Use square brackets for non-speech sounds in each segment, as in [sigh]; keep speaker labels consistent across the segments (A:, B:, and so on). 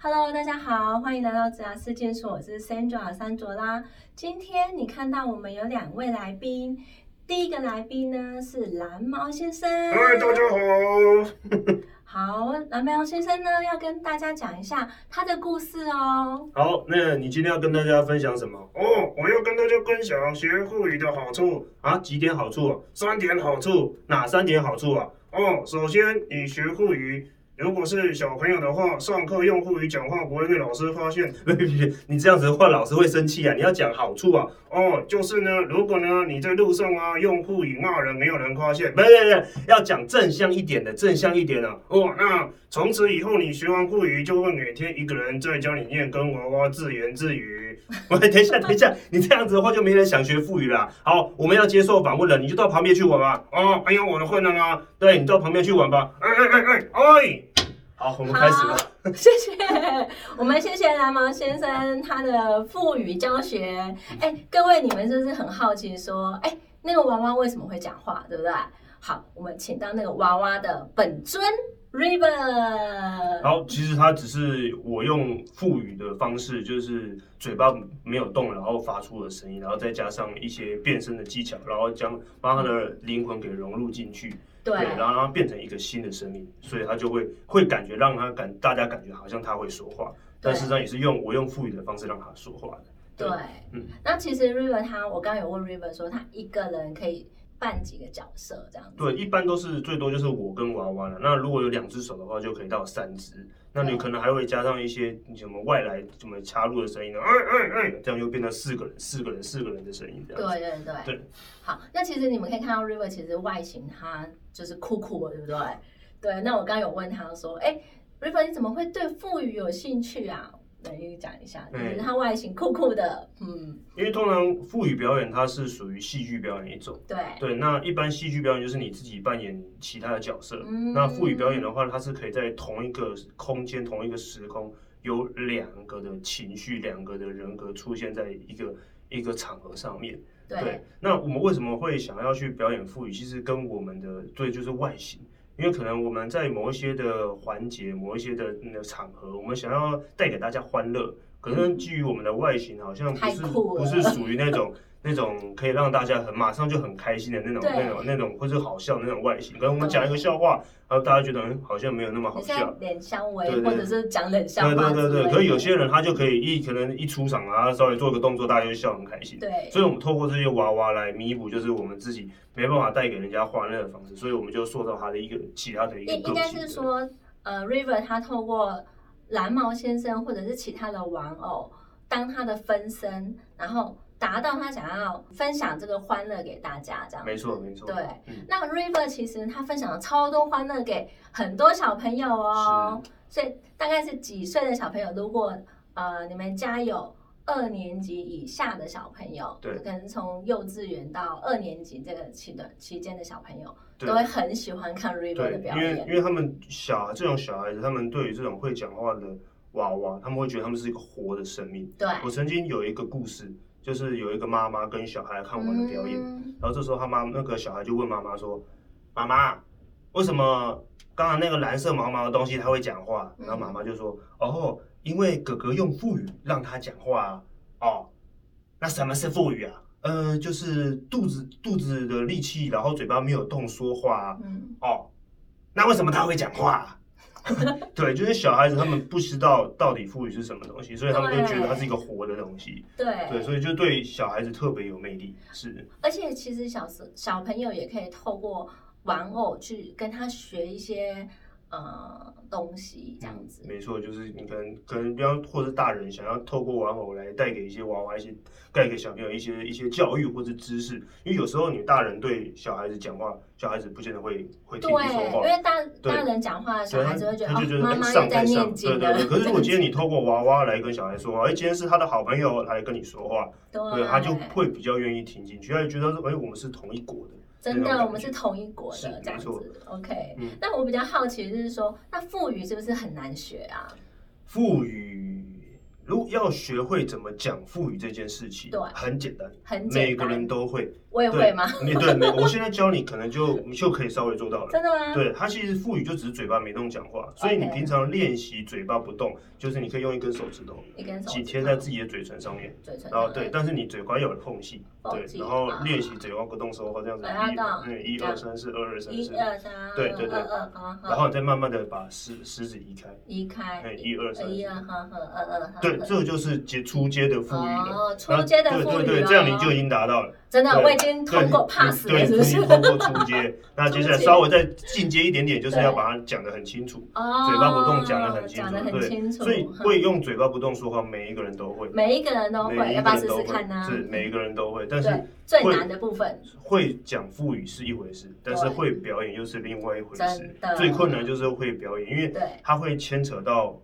A: Hello，大家好，欢迎来到职涯事件所，我是 Sandra 桑卓拉。今天你看到我们有两位来宾，第一个来宾呢是蓝毛先生。
B: 嗨，大家好。
A: 好，蓝毛先生呢要跟大家讲一下他的故事哦。
B: 好，那你今天要跟大家分享什么？哦，我要跟大家分享学护理的好处啊，几点好处、啊？三点好处，哪三点好处啊？哦，首先你学护理。如果是小朋友的话，上课用沪语讲话不会被老师发现， [laughs] 你这样子的话，老师会生气啊！你要讲好处啊，哦，就是呢，如果呢你在路上啊用沪语骂人，没有人发现，不是不是，要讲正向一点的，正向一点啊，哦，那从此以后你学完沪语，就会每天一个人在家里面跟娃娃自言自语。 [laughs] 喂，等一下，等一下，你这样子的话就没人想学沪语啦。啊好，我们要接受访问了，你就到旁边去玩吧。哦，哎呀，我的混了啊！对，你到旁边去玩吧。哎哎哎哎哎！好，我们开始了。
A: 好，谢谢，我们谢谢蓝毛先生他的赋语教学。哎、各位你们是不是很好奇说，哎、那个娃娃为什么会讲话，对不对？好，我们请到那个娃娃的本尊 River。
B: 好，其实它只是我用腹语的方式，就是嘴巴没有动，然后发出的声音，然后再加上一些变声的技巧，然后将把它的灵魂给融入进去，
A: 对，
B: 然后让它变成一个新的生命，所以它就会会感觉让它感大家感觉好像它会说话，但
A: 对
B: 事实上也是用我用腹语的方式让它说话的。
A: 对，
B: 嗯
A: 那其实 River 他，我刚刚有问 River 说，他一个人可以扮几个角色这样子。
B: 对，一般都是最多就是我跟娃娃了。那如果有两只手的话，就可以到三只。那你
A: 对
B: 可能还会加上一些什么外来什么插入的声音呢？哎哎哎，这样就变成四个人、四个人、四个人的声音这样子。
A: 对对对
B: 对
A: 好，那其实你们可以看到 River 其实外形它就是酷酷的，对不对？对，那我刚刚有问他说，哎、r i v e r 你怎么会对富语有兴趣啊？来你讲一下，就是
B: 嗯
A: 它外形酷酷的，嗯，
B: 因为通常赋语表演它是属于戏剧表演一种。
A: 对，
B: 对，那一般戏剧表演就是你自己扮演其他的角色。
A: 嗯
B: 那赋语表演的话，它是可以在同一个空间、同一个时空，有两个的情绪、两个的人格出现在一个一个场合上面。
A: 对，
B: 对，那我们为什么会想要去表演腹语？其实跟我们的对就是外形，因为可能我们在某一些的环节、某一些的那个场合，我们想要带给大家欢乐，可能基于我们的外形，好像
A: 嗯
B: 不
A: 太
B: 是
A: 酷了
B: 不是属于那种那种可以让大家很马上就很开心的那种
A: 对嗯
B: 那种那种或者好笑的那种外形。可能我们讲一个笑话，然后大家觉得嗯好像没有那么好
A: 你现在
B: 笑。
A: 脸相微，
B: 对对
A: 或者是讲冷笑
B: 对
A: 话
B: 对
A: 之类
B: 对
A: 的，
B: 对，可是有些人他就可以一可能一出场啊，稍微做个动作，大家就笑得很开心。
A: 对
B: 所以我们透过这些娃娃来弥补，就是我们自己没办法带给人家欢乐的方式，所以我们就塑造他的一个其他的一个
A: 应应
B: 个
A: 该
B: 性。
A: 是说，呃，River 他透过蓝毛先生或者是其他的玩偶当他的分身，然后达到他想要分享这个欢乐给大家，这
B: 对
A: 样
B: 没错没错，
A: 对
B: 嗯，
A: 那 River 其实他分享了超多欢乐给很多小朋友哦，所以大概是几岁的小朋友？如果呃你们家有二年级以下的小朋友，
B: 对
A: 可能从幼稚园到二年级这个期段期间的小朋友，
B: 对
A: 都会很喜欢看 River 的
B: 对，
A: 表
B: 因为
A: 演。
B: 因为他们小孩这种小孩子，他们对于这种会讲话的娃娃，他们会觉得他们是一个活的生命。
A: 对，
B: 我曾经有一个故事，就是有一个妈妈跟小孩看我的表演，
A: 嗯
B: 然后这时候他妈那个小孩就问妈妈说：“妈妈，为什么刚才那个蓝色毛毛的东西它会讲话？”
A: 嗯
B: 然后妈妈就说：“哦，因为哥哥用腹语让它讲话啊。哦，那什么是腹语啊？呃，就是肚子肚子的力气，然后嘴巴没有动说话啊。
A: 嗯，
B: 哦，那为什么他会讲话？啊 [laughs] 对，就是小孩子他们不知道到底腹语是什么东西，所以他们就觉得它是一个活的东西。
A: 对，
B: 对，所以就对小孩子特别有魅力。是，
A: 而且其实小时小朋友也可以透过玩偶去跟他学一些呃东西，这样子。
B: 没错，就是你可能可能比方或者是大人想要透过玩偶来带给一些娃娃一些带给小朋友一些一些教育或者知识，因为有时候你大人对小孩子讲话，小孩子不见得会会听
A: 对，
B: 你说
A: 因
B: 话。
A: 为大
B: 对
A: 大人讲话，小
B: 所以
A: 孩子会觉得
B: 他就觉
A: 哦，
B: 得
A: 妈
B: 哎
A: 妈
B: 上
A: 又
B: 在
A: 在
B: 上，
A: 念
B: 对
A: 经
B: 对
A: 了。
B: 对。可是如果
A: [laughs]
B: 今天你透过娃娃来跟小孩说话，哎，今天是他的好朋友来跟你说话，对，
A: 对，
B: 他就会比较愿意听进去，他就觉得说，哎，我们是同一国的。
A: 真
B: 那种感
A: 的，
B: 觉
A: 我们是同一国
B: 是
A: 的这样
B: 没错
A: 子。OK，
B: 嗯
A: 那我比较好奇的就是说，那腹语是不是很难学啊？
B: 腹语如要学会怎么讲腹语这件事情，
A: 对
B: 很简单，
A: 很
B: 每
A: 简
B: 个
A: 单。
B: 人都会。
A: 我也
B: 对
A: 会吗？ [laughs]
B: 你对，每我现在教你，可能就你就可以稍微做到了。
A: 真的吗？
B: 对，它其实腹语就只是嘴巴没动讲话，所以你
A: OK
B: 平常练习嘴巴不动，就是你可以用一根手指头
A: 一根手指
B: 紧贴在自己的嘴唇上面。
A: 头嘴唇
B: 然后
A: 上
B: 对，
A: 面
B: 但是你嘴巴要有碰隙，
A: 缝
B: 对，
A: 隙
B: 然后
A: 啊
B: 练习嘴巴不动说话这样子，
A: 嘴巴
B: 一
A: 动
B: 嗯一
A: 这
B: 二
A: 样
B: 三四二二三
A: 一
B: 四，
A: 二嗯三，
B: 对对对
A: 二二嗯
B: 然后你再慢慢的把食食指移开，
A: 移开
B: 哎，一二三
A: 一二呵呵，二二呵，
B: 对，这个就是接初阶的腹语了。
A: 哦，
B: 然
A: 初
B: 后
A: 阶的哦妇
B: 对
A: 女
B: 对对，这样你就已经达到了。
A: 真的
B: 对
A: 我已经
B: 对
A: 通过
B: 你
A: pass 了，
B: 对，
A: 是
B: 你
A: 不
B: 已经
A: 是？
B: 通过初
A: [laughs]
B: 阶。那接下来
A: 初阶
B: 稍微再进阶一点点，就是
A: 对
B: 要把它讲得很清楚，
A: 哦，
B: 嘴巴不动讲得很清
A: 讲
B: 楚
A: 得很
B: 对
A: 清楚，
B: 所以
A: 哼
B: 会用嘴巴不动说话，每一个人都会，
A: 每一个人都
B: 每一个
A: 会，要
B: 人
A: 不要试
B: 都
A: 试
B: 会
A: 看呢？嗯
B: 是每一个人都会，但是
A: 对最
B: 会
A: 难的部分，
B: 会讲腹语是一回事，但是
A: 对
B: 会表演又是另外一回事
A: 真。的
B: 最困难就是会表演，因为
A: 对
B: 它会牵扯到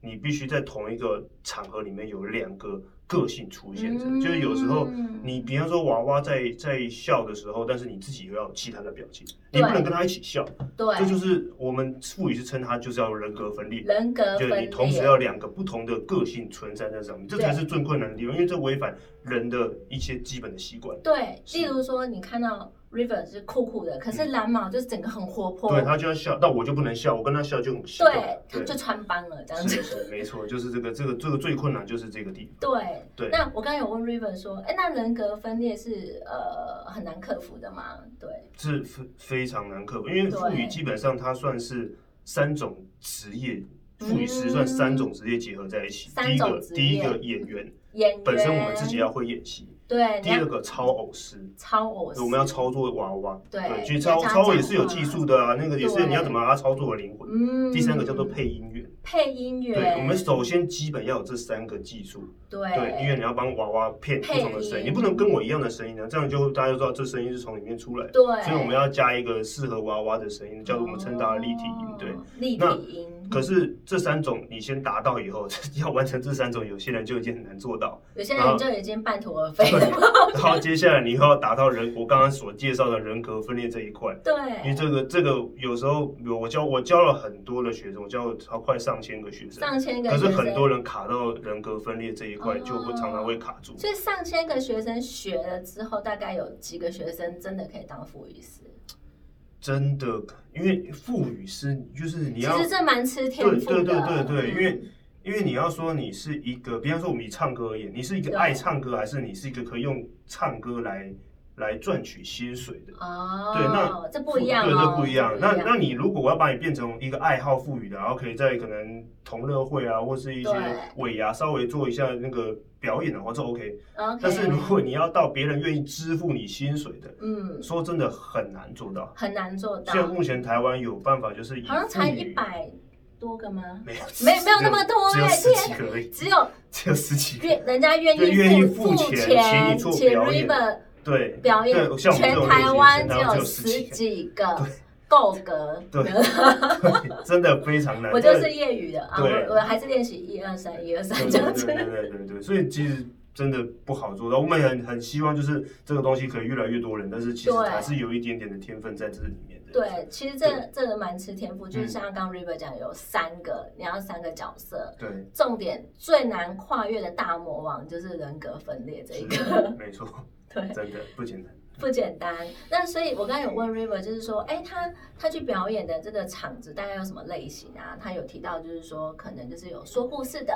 B: 你必须在同一个场合里面有两个个性出现着，
A: 嗯
B: 就是有时候。你比方说娃娃在在笑的时候，但是你自己又要有其他的表情，你
A: 对
B: 不能跟他一起笑，
A: 对
B: 这就是我们腹语是称它就是要人格分裂，
A: 人格
B: 就是你
A: 分
B: 同时
A: 裂，
B: 要两个不同的个性存在在上面，这才
A: 对
B: 是最困难的地方，因为这违反人的一些基本的习惯。
A: 对，
B: 是嗯
A: 例如说你看到 River 是酷酷的，可是蓝毛就是整个很活泼，
B: 对他就要笑，但我就不能笑，我跟他笑就很奇怪
A: 对，。他就穿帮了这样
B: 是
A: 子。
B: 是没错，就是这个这个这个最困难就是这个地方。
A: 对，
B: 对
A: 那我刚刚有问 River 说，哎，那人格分裂是呃很难克服的吗？对，
B: 是非非常难克服，因为
A: 对
B: 妇语基本上它算是三种职业，
A: 嗯
B: 妇语师算三种职业结合在一起。第
A: 三
B: 一
A: 种
B: 个
A: 职业
B: 第一个演员，
A: 演员
B: 本身我们自己要会演戏；
A: 对，你
B: 第
A: 要
B: 二个操偶师，
A: 超偶是，
B: 我们要操作娃娃。
A: 对
B: 其实
A: 你
B: 操
A: 要
B: 操
A: 讲
B: 也是有技术的啊，那个也是
A: 对
B: 你要怎么把它操作的灵魂。
A: 嗯
B: 第三个叫做配音员，
A: 配音员，
B: 对，我们首先基本要有这三个技术。
A: 对
B: 对，因为你要帮娃娃骗不同的声
A: 配
B: 音，
A: 音
B: 你不能跟我一样的声音啊，这样就大家就知道这声音是从里面出来的。
A: 对，
B: 所以我们要加一个适合娃娃的声音，叫做我们称它的立体音。对，
A: 哦，立
B: 那
A: 体音，
B: 可是这三种你先达到以后， [laughs] 要完成这三种，有些人就已经很难做到。
A: 有些
B: 然后
A: 人就已经半途而废
B: 对
A: 了，
B: 然后接下来你又要达到人，我刚刚所介绍的人格分裂这一块。因
A: 对，
B: 为这个这个有时候有我教我教了很多的学生，我教了超快上千个学生，
A: 上千个
B: 可
A: 学
B: 是
A: 生，哦
B: 很多人卡到人格分裂这一块，就会常常会卡住。
A: 所以上千个学生学了之后，大概有几个学生真的可以当副语师？
B: 真的，因为赋语师就是你
A: 其
B: 要
A: 实这蛮吃天赋的，
B: 对对对对
A: 嗯
B: 对因为因为你要说你是一个，比方说我们以唱歌而言，你是一个
A: 对啊
B: 爱唱歌，还是你是一个可以用唱歌来来赚取薪水的？
A: 哦，
B: 对那
A: 这不一样、哦，
B: 对，这不一样。
A: 这
B: 那那你如果我要把你变成一个爱好赋予的，然后可以在可能同乐会啊，或是一些
A: 对
B: 尾牙稍微做一下那个表演的话，这 OK。
A: OK，
B: 但是如果你要到别人愿意支付你薪水的，
A: 嗯
B: 说真的很难做到。
A: 很难做到
B: 现，在目前台湾有办法，就是以
A: 好像才
B: 妇
A: 一
B: 女
A: 百多个吗？
B: 没有
A: 没没有那么多
B: 只有
A: 哎
B: 十
A: 天
B: 几个而已，
A: 只有
B: 只有十几个。
A: 愿人家愿意
B: 对愿意付
A: 付
B: 钱请你
A: 钱
B: 做
A: 请
B: 表演
A: River
B: 对
A: 表演，
B: 对，像我们
A: 全
B: 这种
A: 台湾
B: 类型全台
A: 有
B: 有
A: 十
B: 几
A: 几个够格。
B: 对个，真的非常难。
A: [laughs] 我
B: 对
A: 就是业余的啊，
B: 对
A: 我我还是练习一二三一二
B: 对
A: 三这
B: 对
A: 样
B: 对
A: 子。
B: 对对对对，所以其实真的不好做到。我们也很很希望就是这个东西可以越来越多人，但是其实
A: 对
B: 还是有一点点的天分在这里面的。
A: 对，其实这这个蛮吃天赋，
B: 嗯
A: 就是像刚刚 River 讲，有三个，你要三个角色，
B: 对，
A: 重点最难跨越的大魔王就是人格分裂这一个，
B: 是没错，
A: [laughs] 对，
B: 真的不简单。
A: 不简单。那所以，我刚刚有问 River，就是说，哎，他他去表演的这个场子大概有什么类型啊？他有提到，就是说，可能就是有说故事的，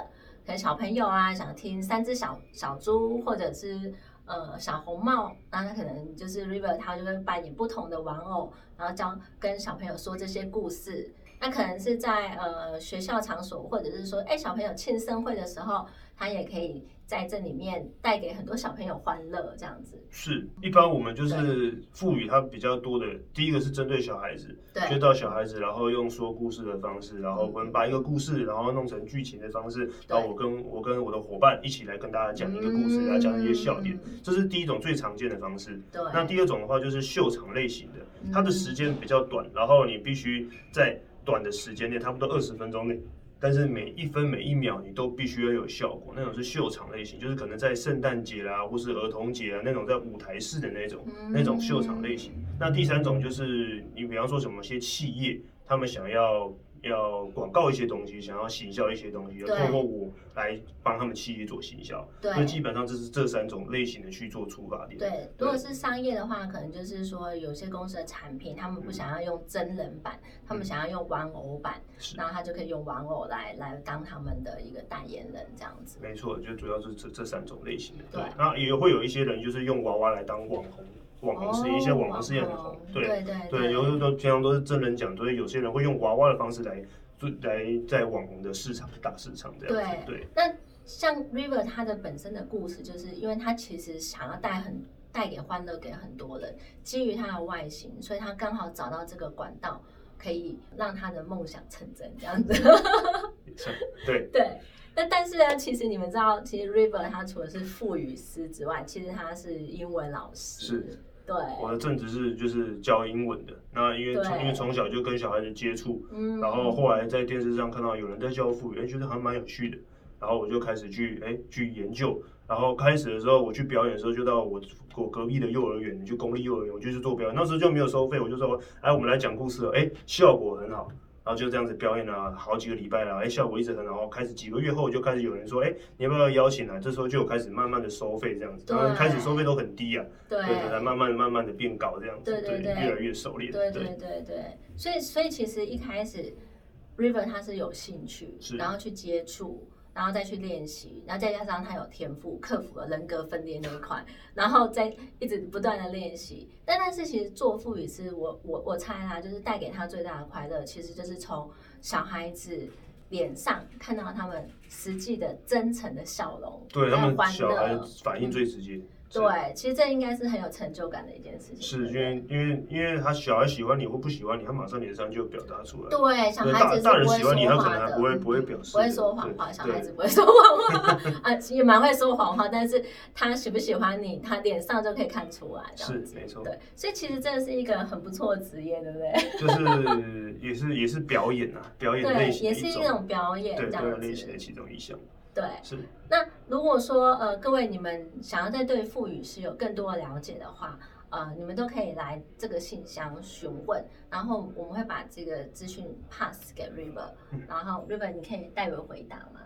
A: 可能小朋友啊想听三只小小猪，或者是呃小红帽，那他可能就是 River，他就会扮演不同的玩偶，然后教跟小朋友说这些故事。那可能是在呃学校场所，或者是说，哎，小朋友庆生会的时候，他也可以在这里面带给很多小朋友欢乐，这样子。
B: 是一般我们就是赋予它比较多的，第一个是针对小孩子，
A: 对，嗯
B: 就到小孩子，然后用说故事的方式，然后我们把一个故事，然后弄成剧情的方式，然后我跟我跟我的伙伴一起来跟大家讲一个故事，然后讲一些笑点，
A: 嗯。
B: 这是第一种最常见的方式。
A: 对，
B: 那第二种的话就是秀场类型的，
A: 嗯
B: 它的时间比较短，然后你必须在短的时间内，差不多二十分钟内。但是每一分每一秒你都必须要有效果，那种是秀场类型，就是可能在圣诞节啦，或是儿童节啊那种在舞台式的那种，
A: 嗯
B: 那种秀场类型。那第三种就是你比方说什么些企业，他们想要要广告一些东西，想要行销一些东西，要
A: 对
B: 透过我来帮他们企业做行销。所以
A: 对
B: 基本上这是这三种类型的去做出发点。
A: 对，如果是商业的话，可能就是说有些公司的产品，他们不想要用真人版，他们想要用玩偶版，
B: 嗯是
A: 然后他就可以用玩偶来来当他们的一个代言人这样子。
B: 没错，就主要是这这三种类型的。
A: 对
B: 然后也会有一些人就是用娃娃来当网红，网红是一些网红事业很
A: 哦网
B: 红
A: 红，
B: 对
A: 对对
B: 对，有时候平常都是真人讲，所以有些人会用娃娃的方式来做来在网红的市场打市场这样子，对，
A: 那像 River 他的本身的故事，就是因为他其实想要带很带给欢乐给很多人，基于他的外形，所以他刚好找到这个管道，可以让他的梦想成真这
B: [laughs]
A: 样子。
B: 是对，
A: 对，那但是呢，其实你们知道，其实 River 他除了是副语师之外，其实他是英文老师。
B: 是。
A: 对，
B: 我的正职是就是教英文的，那因为从
A: 对
B: 因为从小就跟小孩子接触，
A: 嗯
B: 然后后来在电视上看到有人在教父语，哎，觉得还蛮有趣的，然后我就开始去哎去研究，然后开始的时候我去表演的时候，就到我我隔壁的幼儿园，就公立幼儿园，我就去做表演，那时候就没有收费，我就说哎我们来讲故事了，哎效果很好。然后就这样子表演了好几个礼拜了，哎，效果一直很好。开始几个月后就开始有人说，哎，你要不要邀请来？这时候就有开始慢慢的收费这样子，
A: 对
B: 然后开始收费都很低啊，
A: 对
B: 对对，才慢慢慢慢的变高这样子，
A: 对对对
B: 越来越熟练，
A: 对对对对，所以所以其实一开始 River 他是有兴趣，
B: 是
A: 然后去接触，然后再去练习，然后再加上他有天赋，克服了人格分裂那一块， [laughs] 然后再一直不断的练习。但但是其实做父语是我我我猜啦，就是带给他最大的快乐，其实就是从小孩子。脸上看到他们实际的真诚的笑容，
B: 对
A: 还
B: 他
A: 有
B: 们
A: 欢
B: 小孩
A: 乐，
B: 反应最直接。是
A: 对，其实这应该是很有成就感的一件事情。对
B: 是
A: 不
B: 因
A: 对
B: 为因为因为他小孩喜欢你或不喜欢你，他马上脸上就表达出来。
A: 对，小
B: 对
A: 孩
B: 大
A: 子是
B: 大人
A: 不会
B: 喜欢你
A: 说
B: 他可
A: 谎
B: 能还
A: 的
B: 不会
A: 嗯
B: 不会表示
A: 不会
B: 的
A: 说谎
B: 对
A: 话，小
B: 对
A: 孩子不会说谎话，
B: [laughs]
A: 啊，也蛮会说谎话，但是他喜不喜欢你，他脸上就可以看出来，这样
B: 是
A: 子。
B: 没错，
A: 对，所以其实真的是一个很不错的职业，对不对？
B: 就是也是也是表演啊，表演类
A: 对，
B: 型
A: 也
B: 的
A: 是一
B: 种，
A: 种表演
B: 对
A: 这
B: 表演
A: 样
B: 类型的
A: 子。
B: 其中一项。
A: 对，
B: 是
A: 那如果说呃各位你们想要再对富语是有更多的了解的话，呃你们都可以来这个信箱询问，然后我们会把这个资讯 pass 给 River，然
B: 嗯
A: 后 River 你可以代为回答吗？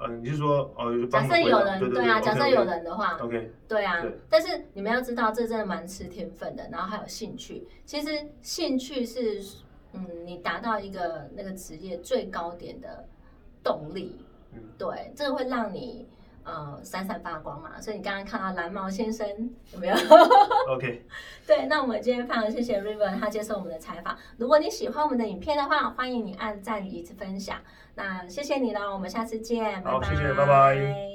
B: 呃，你是说哦，就
A: 假
B: 帮
A: 设
B: 忙回
A: 有
B: 答
A: 人
B: 对
A: 啊，假设有
B: 人
A: 人的话，
B: OK
A: 对啊
B: 对
A: 但是你们要知道，这真的蛮吃天分的，然后还有兴趣。其实兴趣是，嗯，你达到一个那个职业最高点的动力，
B: 嗯
A: 对，这会让你呃闪闪发光嘛。所以你刚刚看到蓝毛先生有没 [laughs] 有？
B: OK，
A: 对，那我们今天非常谢谢 River 他接受我们的采访。如果你喜欢我们的影片的话，欢迎你按赞以及分享。那谢谢你了，我们下次见，
B: 好
A: 拜拜
B: 谢谢拜拜